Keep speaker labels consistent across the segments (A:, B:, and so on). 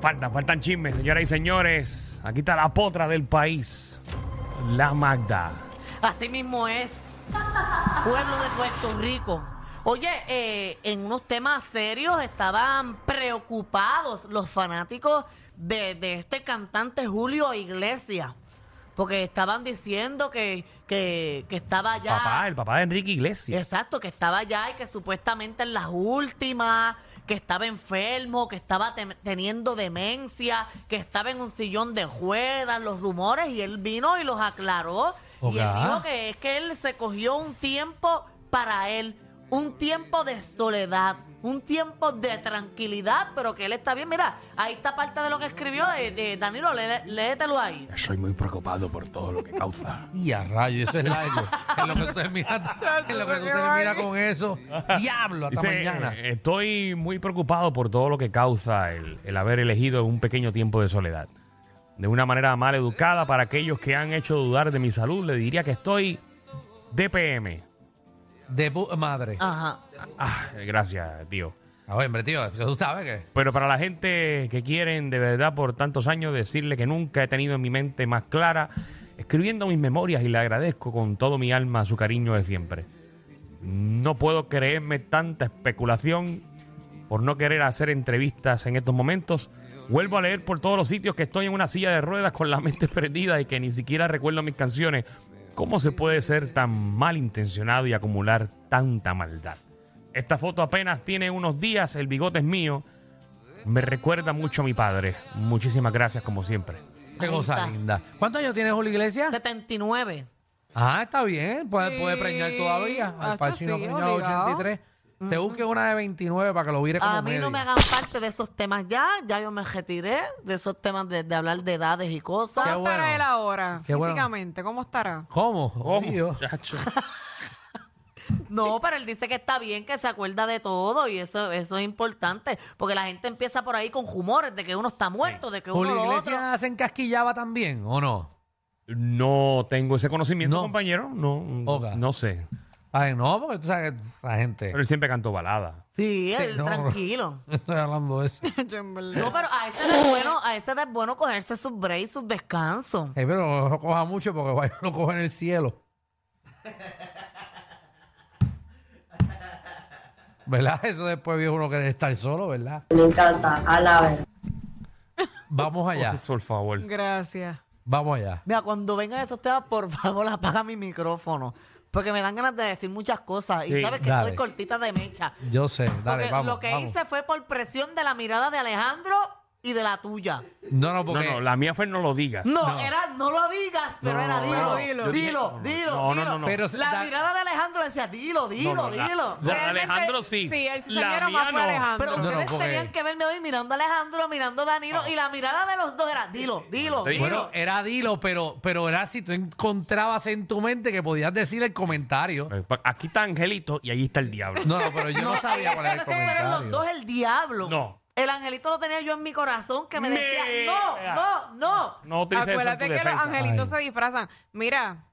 A: Faltan, faltan chismes, señoras y señores. Aquí está la potra del país, la Magda.
B: Así mismo es. Pueblo de Puerto Rico. Oye, eh, en unos temas serios estaban preocupados los fanáticos de, de este cantante Julio Iglesias. Porque estaban diciendo que, que, que estaba ya.
A: Papá, el papá de Enrique Iglesias.
B: Exacto, que estaba ya y que supuestamente en las últimas, que estaba enfermo, que estaba tem- teniendo demencia, que estaba en un sillón de ruedas, los rumores, y él vino y los aclaró. Y él
A: Ok.
B: dijo que es que él se cogió un tiempo para él, un tiempo de soledad, un tiempo de tranquilidad, pero que él está bien. Mira, ahí está parte de lo que escribió de, de Danilo, lé- léetelo ahí.
A: Soy muy preocupado por todo lo que causa.
C: Y a rayo, ese es largo. en lo que tú terminas, en lo que tú terminas con eso. Diablo, hasta
A: Dice,
C: mañana.
A: eh, Estoy muy preocupado por todo lo que causa el, el haber elegido un pequeño tiempo de soledad. De una manera mal educada para aquellos que han hecho dudar de mi salud, le diría que estoy DPM. eh.
C: De pu- madre.
B: Ajá.
A: Ah, gracias, tío.
C: A ver, hombre, tío, tú sabes que.
A: Pero para la gente que quieren de verdad por tantos años decirle que nunca he tenido en mi mente más clara, escribiendo mis memorias y le agradezco con todo mi alma su cariño de siempre. No puedo creerme tanta especulación por no querer hacer entrevistas en estos momentos. Vuelvo a leer por todos los sitios que estoy en una silla de ruedas con la mente perdida y que ni siquiera recuerdo mis canciones. ¿Cómo se puede ser tan malintencionado y acumular tanta maldad? Esta foto apenas tiene unos días, el bigote es mío. Me recuerda mucho a mi padre. Muchísimas gracias, como siempre.
C: Qué
B: Ahí
C: cosa
B: está.
C: linda. ¿Cuántos años tiene Julio Iglesias?
B: 79.
C: Ah, está bien. Puede, puede preñar todavía.
D: hacho,
C: Al Pacino
D: sí,
C: preñó a
D: obligado.
C: 83. Se busque una de 29 para que lo vire como
B: A mí no
C: medio.
B: me hagan parte de esos temas ya, ya yo me retiré de esos temas de, de hablar de edades y cosas.
C: Qué
D: ¿Cómo
C: bueno.
D: estará él ahora?
C: Qué bueno.
D: Físicamente, ¿cómo estará?
C: ¿Cómo? Oh, Dios.
A: Chacho.
B: No, pero él dice que está bien, que se acuerda de todo y eso, eso es importante, porque la gente empieza por ahí con humores de que uno está muerto, de que uno
C: ¿Julio
B: lo otro.
C: Iglesias se encasquillaba también o no?
A: No tengo ese conocimiento,
C: No.
A: compañero. No, no-
C: Oga.
A: no sé.
C: Ay, no, porque tú sabes que esa gente.
A: Pero él siempre cantó balada.
B: Sí, él
C: no.
B: tranquilo.
C: Estoy hablando de eso. Eh,
D: Yo en verdad.
B: No, pero a ese edad es bueno, a esa edad es bueno cogerse sus breaks, sus descansos.
C: pero no coja mucho porque vaya lo coge en el cielo. ¿Verdad? Eso después vio uno querer estar solo, ¿verdad?
E: Me encanta, a la vez.
C: Vamos allá,
A: Por favor.
D: Gracias.
C: vamos allá.
B: Mira, cuando vengan esos temas, por favor, apaga mi micrófono, porque me dan ganas de decir muchas cosas y
A: Sí,
B: sabes que
C: dale.
B: soy cortita de mecha.
C: Yo sé, dale,
B: Porque
C: vamos.
B: lo que
C: vamos.
B: hice fue por presión de la mirada de Alejandro y de la tuya.
C: No, no,
A: No,
C: porque.
A: no, la mía fue no lo digas.
B: No, era, no lo digas, pero
C: No,
B: era
C: no,
B: dilo,
C: no,
D: yo
B: dilo,
D: dije-
B: dilo, dilo.
A: no, no, no, no.
C: Pero-
B: la
C: da-
B: mirada de Alejandro decía, dilo, dilo,
A: No, no, la-
B: dilo.
A: la de
D: Realmente,
A: Alejandro sí.
D: Sí, el
A: La
D: señor
A: mía
D: más fue
A: no.
D: Alejandro.
B: Pero
C: No, no,
B: ustedes
C: porque-
B: tenían que verme hoy mirando a Alejandro, mirando a Danilo, y la mirada de los dos era, dilo, dilo,
A: Te digo-
B: dilo.
C: Bueno, era dilo, pero, pero era si tú encontrabas en tu mente que podías decir el comentario.
A: Eh, pa- Aquí está Angelito y ahí está el diablo.
C: No, no, pero yo no, sabía cuál era el
B: Entonces fueron los dos
C: comentario.
B: el diablo.
A: No.
B: El angelito lo tenía yo en mi corazón que me
A: Mira.
B: decía, no, no, no.
A: No utilices eso en tu
D: Acuérdate que los
A: defensa.
D: angelitos
C: Ay.
D: se disfrazan. Mira,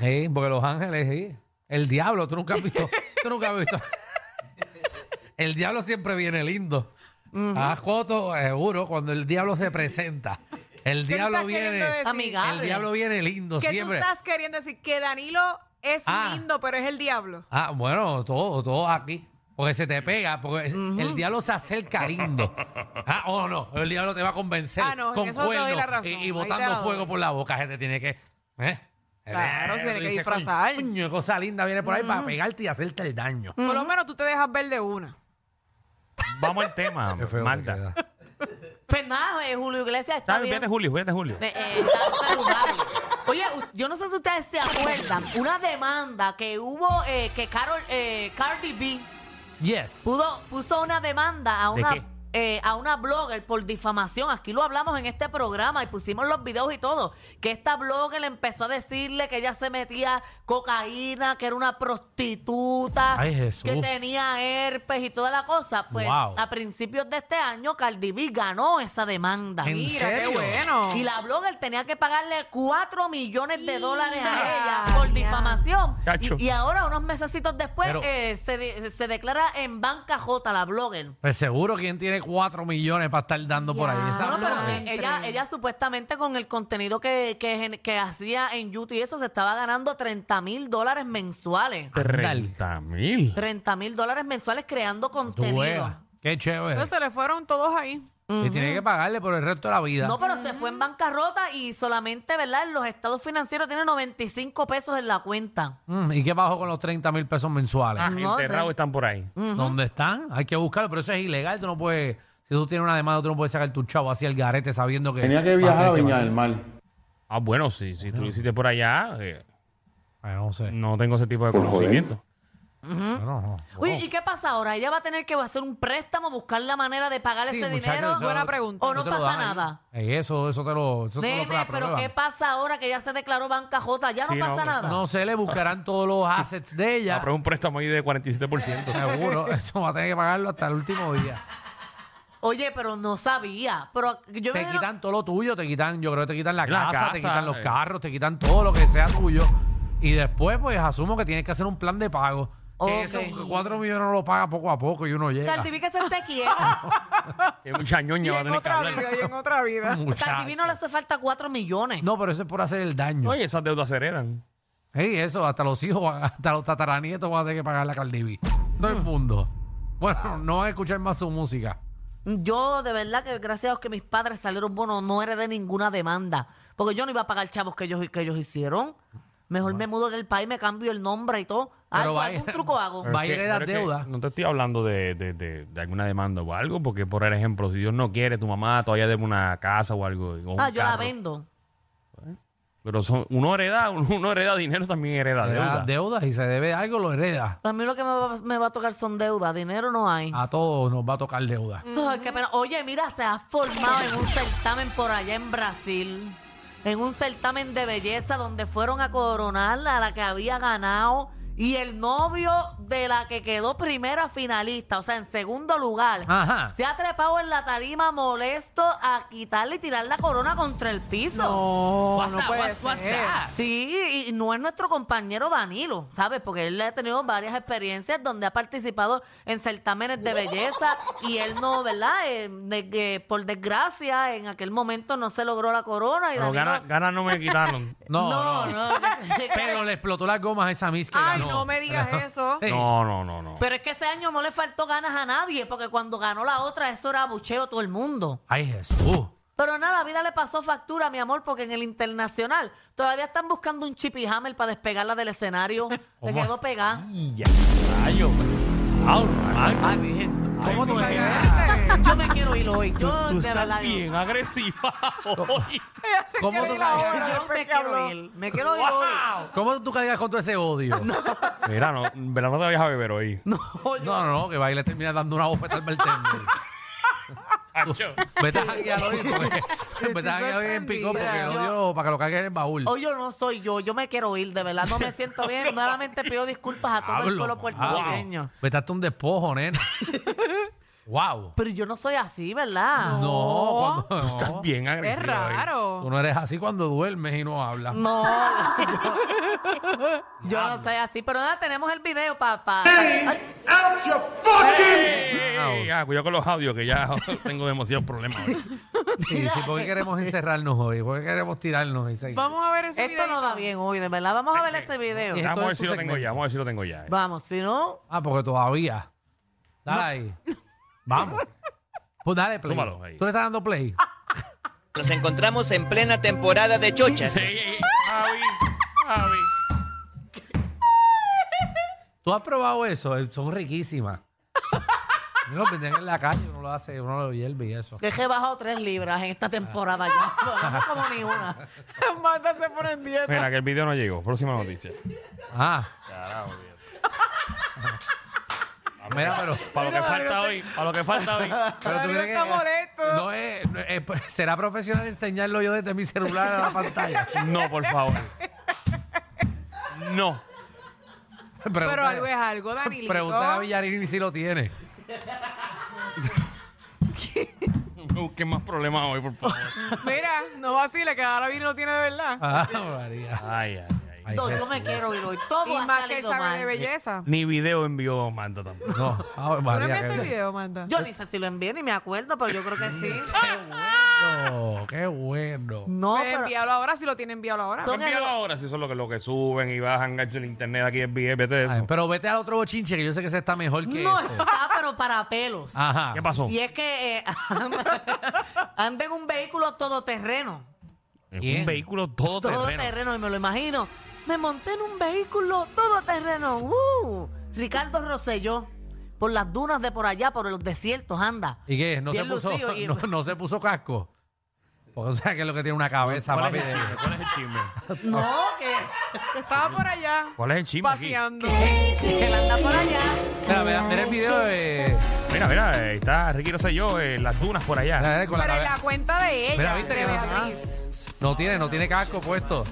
C: Sí, porque Los Ángeles, sí. El diablo, tú nunca has visto. Tú nunca has visto. El diablo siempre viene lindo. A Coto, seguro, cuando el diablo se presenta. El
D: ¿qué tú
C: diablo
D: estás
C: viene.
D: queriendo decir?
B: Amigable.
C: El diablo viene lindo
D: ¿Qué tú
C: siempre.
D: estás queriendo decir? Que Danilo es
C: Ah.
D: lindo, pero es el diablo.
C: Ah, bueno, todo, todo aquí. Porque se te pega, porque es- el diablo se acerca lindo. Ah, oh no, el diablo te va a convencer
D: Ah, no, en
C: con
D: eso te doy
C: cuernos
D: la razón.
C: y- y,
D: Ahí te la
C: botando
D: doy.
C: fuego por la boca. Se te tiene que. ¿eh?
D: Claro, se tiene
C: tú
D: que
C: dices,
D: disfrazar.
C: Coño, qué cosa linda viene por ahí para pegarte y hacerte el daño.
D: Por lo menos tú te dejas ver de una.
A: Vamos al tema,
C: Qué feo me
A: Magda.
C: queda.
B: Pues nada, eh, Julio Iglesias está
A: Está
B: bien.
A: bien, Vete, Julio, vete, Julio.
B: de, eh, estar saludable. Oye, u- yo no sé si ustedes se acuerdan, una demanda que hubo eh, que Carol, eh, Cardi B
C: Yes.
B: pudo, puso una demanda a
A: ¿De
B: una,
A: qué?
B: eh, a una blogger por difamación. Aquí lo hablamos en este programa y pusimos los videos y todo. Que esta blogger empezó a decirle que ella se metía cocaína, que era una prostituta,
C: Ay, Jesús.
B: que tenía herpes y toda la cosa. Pues
C: Wow.
B: a principios de este año, Cardi B ganó esa demanda.
C: ¿En
D: Mira,
C: serio? Eh.
D: qué bueno.
B: Y la blogger tenía que pagarle 4 millones de dólares a ella
D: Ya,
B: por
D: ya.
B: difamación.
A: Chacho.
B: Y, y ahora, unos mesecitos después,
C: Pero-
B: eh, se, de- se declara en bancarrota la blogger.
C: Pues seguro, ¿quién tiene tiene 4 millones para estar dando por ahí. Esa
D: Ya.
B: Bueno, pero
C: madre.
B: eh, ella, ella supuestamente con el contenido que, que, gen- que hacía en YouTube y eso se estaba ganando 30 mil dólares mensuales.
A: 30 mil.
B: 30 mil dólares mensuales creando
C: Tú veas.
B: contenido.
C: Qué chévere.
D: Entonces se le fueron todos ahí.
C: Y tiene que pagarle por el resto de la vida.
B: No, pero se fue en bancarrota y solamente, ¿verdad? En los estados financieros tiene 95 pesos en la cuenta.
C: Mm, ¿Y qué pasó con los 30 mil pesos mensuales?
A: Ah,
B: No sé.
A: enterrados están por ahí.
C: ¿Dónde están? Hay que buscarlo, pero eso es ilegal. Tú no puedes. Si tú tienes una demanda, tú no puedes sacar tu chavo así al garete sabiendo que.
E: Tenía que viajar a
C: Bastante
E: Viña
C: va-
E: del Mar.
A: Ah, bueno, si, si tú lo hiciste por allá, eh,
C: Ay, Ah, no sé.
A: no tengo ese tipo de conocimiento.
C: Bueno, no.
B: Oye, ¿y qué pasa ahora? ¿Ella va a tener que hacer un préstamo, buscar la manera de pagar
C: Sí,
B: ese
C: muchacho,
B: dinero?
C: eso-
D: Buena pregunta.
B: ¿O no
C: te lo
B: pasa
C: dan ahí.
B: nada?
C: Ey, eso, eso te lo. Eso te lo
B: Nene,
C: aprueba-
B: pero ¿qué
C: aprueba.
B: pasa ahora que ya se declaró bancarrota? ¿Ya
A: Sí,
B: no
A: no,
B: pasa
A: no,
B: nada?
C: No sé, le buscarán todos los assets de
A: Ah,
C: ella.
A: pero es un préstamo ahí de 47%.
C: Seguro, eso va a tener que pagarlo hasta el último día.
B: Oye, pero no sabía. Pero yo
C: Te
B: imagino-
C: quitan todo lo tuyo, te quitan, yo creo que te quitan la,
A: La
C: casa, te
A: casa,
C: quitan los
A: eh.
C: carros, te quitan todo lo que sea tuyo. Y después, pues asumo que tienes que hacer un plan de pago.
B: Ok.
C: Que esos cuatro millones uno lo paga poco a poco y uno llega.
B: Cardi B que se esté quieta.
A: Que mucha ñoña
D: Y
A: va a
D: en
A: tener que
D: otra
A: hablar.
D: vida, y en otra vida.
C: Muchacho.
B: Cardi B no le hace falta 4 millones.
C: No, pero eso es por hacer el daño.
A: Oye, esas deudas se heredan.
C: Ey, eso, hasta los hijos, van- hasta los tataranietos van a tener que pagar la Cardi B. Todo el mundo. Bueno, no van a escuchar más su música.
B: Yo, de verdad, que gracias a Dios que mis padres salieron bonos, no era de ninguna demanda. Porque yo no iba a pagar chavos que ellos, que ellos hicieron. Mejor me mudo del país, me cambio el nombre y todo. Algo,
C: va-
B: algún truco hago.
C: Va a
A: Pero
C: ir de
A: es que-
C: las
A: pero es que
C: deudas.
A: No te estoy hablando de, de- de- de alguna demanda o algo, porque por ejemplo, si Dios no quiere, tu mamá todavía debe una casa o algo. o un
B: Ah, yo la
A: carro.
B: vendo.
A: Pero son, uno hereda, uno hereda dinero, también hereda
C: Deudas
A: deuda.
C: deudas y se debe algo, lo hereda.
B: A mí lo que me va, me va a tocar son deuda, dinero no hay.
C: A todos nos va a tocar deuda.
B: Ay, qué pena. Oye, mira, se ha formado en un certamen por allá en Brasil. En un certamen de belleza donde fueron a coronar a la que había ganado y el novio de la que quedó primera finalista, o sea, en segundo lugar.
C: Ajá.
B: Se ha trepado en la tarima molesto a quitarle y tirar la corona contra el piso.
D: No, no puede ser.
B: Sí, y no es nuestro compañero Danilo, ¿sabes? Porque él ha tenido varias experiencias donde ha participado en certámenes de belleza y él no, ¿verdad? Eh, de que, por desgracia, en aquel momento no se logró la corona. Y
A: Pero
B: Danilo-
A: ganas ganas no me quitaron.
C: No, no,
B: no, no.
C: Pero le explotó las gomas a esa Miss que
D: Ay,
C: ganó.
D: no me digas eso.
C: Sí.
A: No, no, no, no.
B: Pero es que ese año no le faltó ganas a nadie, porque cuando ganó la otra, eso era abucheo a todo el mundo.
C: Ay, Jesús.
B: Pero nada, la vida le pasó factura, mi amor, porque en el internacional todavía están buscando un chippy hammer para despegarla del escenario. Se
C: ¿Cómo?
B: quedó pegada.
A: Y ya, rayo. Ah, man.
B: Ay, virgen.
A: ¿Cómo tú me
B: Yo me quiero ir hoy. Yo
A: Tú, tú
B: de verdad.
A: estás
B: yo-
A: bien agresiva hoy.
D: Ella se
C: ¿Cómo
D: quiere
C: tú
D: ir ahora,
C: caías?
B: Yo me
D: después que
B: quiero
D: habló.
B: ir. Me quiero ir hoy.
C: ¿Cómo tú cargas con todo ese odio? No,
A: Mira, no, en verdad no te vayas a beber hoy.
C: no, no, que va y le termina dando una bofetada al bartender.
A: Acho.
C: Vete a janguear hoy porque... Vete a janguear hoy en picó porque el odio para que lo cargues en el baúl.
B: Hoy yo no soy yo. Yo me quiero ir, de verdad. No me siento bien. Nuevamente pido disculpas a todo el
C: Hablo,
B: pueblo
C: wow.
B: puertorriqueño.
C: Vete hasta un despojo, nena. wow.
B: Pero yo no soy así, ¿verdad?
C: No, cuando...
A: Tú estás bien agresiva.
D: Es
A: hoy.
C: Tú
D: raro.
C: no eres así cuando duermes y no hablas.
B: No. yo, yo no soy así. Pero nada, tenemos el video para...
C: eh.
A: Ey, ah, cuidado con los audios, que ya tengo demasiados problemas. hoy.
C: Sí, sí, ¿por qué queremos encerrarnos hoy? ¿Por qué queremos tirarnos? Y seguir?
D: Vamos a ver ese
B: Esto no
D: videíto.
B: va bien hoy, de verdad. Vamos a ver ese video.
C: Esto
A: Vamos a ver
C: es tu
A: si lo tengo
C: segmento.
A: ya, vamos a ver si lo tengo ya. eh.
B: Vamos, si no...
C: Ah, porque todavía. Dale ahí. Vamos. Pues dale play.
A: Súmalo ahí.
C: Tú le estás dando play.
F: Nos encontramos en plena temporada de chochas.
A: Ey, ey, ey, Javi, Javi.
C: ¿Tú has probado eso? Eh, Son riquísimas. No lo venden en la calle, uno lo hace, uno lo hierve y eso.
B: Dejé bajado tres libras en esta temporada ya. No, no como ni una.
D: Manda se pone en dieta.
A: Mira, que el video no llegó. Próxima noticia.
C: Ah,
A: Carajo, tío.
C: mira, pero.
A: Para lo que falta hoy, para lo que falta hoy.
C: pero
D: Danilo está molesto.
C: No es, no es- ¿Será profesional enseñarlo yo desde mi celular a la pantalla?
A: No, por favor. No.
D: Pero algo es algo, Danilito.
C: Preguntar a Villarini si lo tiene.
A: No busquen más problemas hoy, por favor.
D: Mira, no vacile, que ahora vino lo tiene de verdad.
C: Ah, María.
A: Ay, ay, ay.
C: Ay,
B: No, yo
C: Jesús.
B: me quiero ir hoy. Todo
D: Y
B: ha
D: más que el
B: salido
D: salón de
B: mal.
D: belleza.
A: Ni video envió Manda tampoco.
C: No, Ave
D: ¿Tú no
C: María,
D: enviaste el
C: qué-
D: este video, Manda?
B: Yo ni sé si lo envié ni me acuerdo, pero yo creo que sí.
C: No, qué bueno.
B: No,
D: Pues
B: pero
D: envíalo ahora, si lo tiene enviado ahora.
B: Son-
A: Envíalo ahora si son lo que, lo que suben y bajan gancho el internet aquí en VF, vete de
C: Ay,
A: eso.
C: pero vete al otro bochinche que yo sé que ese está mejor que
B: no
C: este.
B: está, pero para pelos.
C: Ajá.
A: ¿Qué pasó?
B: Y es que eh, anda, anda en un vehículo todoterreno.
A: Un
C: ¿Quién?
A: vehículo todoterreno.
B: Todoterreno, y me lo imagino. Me monté en un vehículo todoterreno. ¡Uh! Ricardo Rosselló. Por las dunas de por allá, por los desiertos, anda.
C: ¿Y qué? ¿No se,
B: Bien
C: puso,
B: lucido y-
C: no, no se puso casco? Porque o sea que es lo que tiene una cabeza,
A: ¿Cuál
C: papi.
A: es el chisme? ¿Cuál es el chisme?
B: No, que,
D: Que estaba por allá
A: ¿Cuál es el chisme aquí?
D: paseando.
B: que él anda por allá.
C: Mira, mira, mira el video de...
A: Mira, mira, eh, está Ricky Rosselló en las dunas por allá.
C: mira, mira, con la
D: Pero en
C: cabeza.
D: la cuenta de
C: Mira,
D: ella,
C: viste
D: de
C: que no- Ah,
D: Beatriz.
C: No tiene, no tiene casco puesto.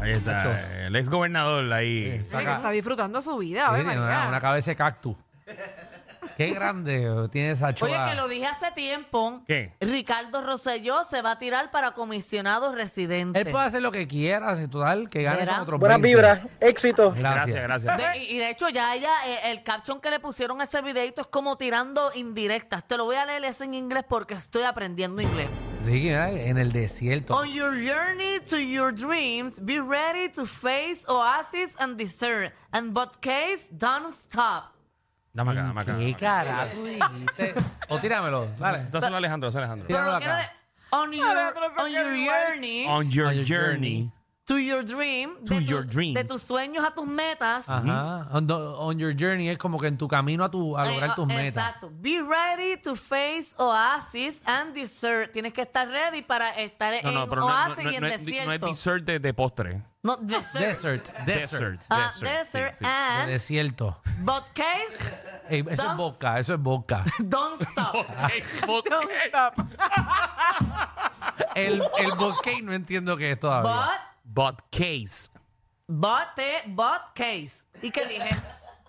A: Ahí
C: Nacho.
A: está, eh, el ex gobernador ahí.
D: Mira que está disfrutando su vida,
C: Sí,
D: Ave
C: tiene
D: María.
C: una, una cabeza de cactus. Qué grande tiene esa
B: Oye,
C: chula.
B: que lo dije hace tiempo.
A: ¿Qué?
B: Ricardo Rosselló se va a tirar para comisionado residente.
C: Él puede hacer lo que quiera, si total, que gane
B: ¿Verdad?
C: son otros
E: Buenas
C: 20.
E: vibras, éxito.
A: Gracias,
C: Gracias.
A: gracias.
B: De- y y de hecho ya ella, eh, el caption que le pusieron a ese videito es como tirando indirectas. Te lo voy a leer es en inglés porque estoy aprendiendo inglés.
C: Ricky, mira, en el desierto.
B: On your journey to your dreams, be ready to face oasis and desert. And but case, don't stop.
A: Dame acá, dame acá. dame
C: ¿Qué
A: acá.
C: carajo dijiste? O tíramelo, dale.
A: Entonces, Alejandro, dale, Alejandro.
C: Tíralo
B: Pero lo quiero
C: acá.
B: de- on your,
D: Alejandro,
B: on your
D: saca el
B: journey
A: On your,
C: On your
A: journey.
C: journey.
B: to your dream,
A: To
B: de,
A: your dreams.
B: de tus sueños a tus metas.
C: Ajá. On, the- on your journey es como que en tu camino a, tu, a
B: Eh,
C: lograr
B: oh,
C: tus metas.
B: Exacto. Be ready to face oasis and desert. Tienes que estar ready para estar
A: No,
B: en
A: no, pero no, no,
B: Eh, oasis
A: no,
B: y en
A: no es,
B: desierto.
A: no es dessert de, de postre.
B: No, desert.
C: Desert, desert.
B: Ah,
A: Desert,
B: desert
A: sí, sí.
C: De
B: and
C: desierto.
B: but case
C: Ey, eso
B: Dos.
C: es boca, eso es boca.
B: don't stop.
D: Don't stop.
C: El, el bokeh no entiendo qué es todavía.
B: but
A: But case.
B: but eh, but case. ¿Y qué dije?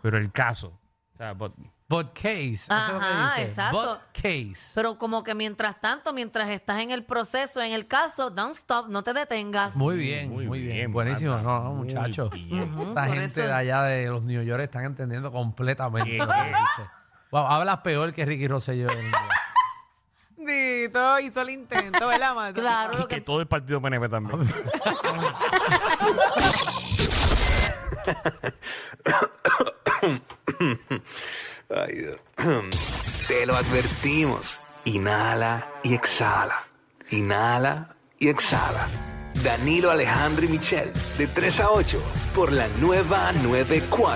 A: Pero el caso. O sea, but-
C: But case. eso es lo que
B: Ajá,
C: dice.
B: exacto.
C: But case.
B: Pero como que mientras tanto, mientras estás en el proceso, en el caso, don't stop, no te detengas.
C: Muy bien, muy, bien. Buenísimo.
A: Marta,
C: No, no,
A: muy
C: muchachos.
A: bien.
C: Esta
B: por
C: gente
B: eso-
C: de allá de los New York están entendiendo completamente
A: Qué
C: lo que
A: bien.
C: dice. Wow, hablas peor que Ricky Rosselló. en inglés.
D: Dito hizo el intento, ¿verdad, Mata?
B: Claro,
A: Y
B: lo
A: que
B: que
A: todo el partido PNP también.
G: Ay, Dios. Te lo advertimos. Inhala y exhala. Inhala y exhala. Danilo Alejandro y Michel, de 3 a 8, por la nueva 94.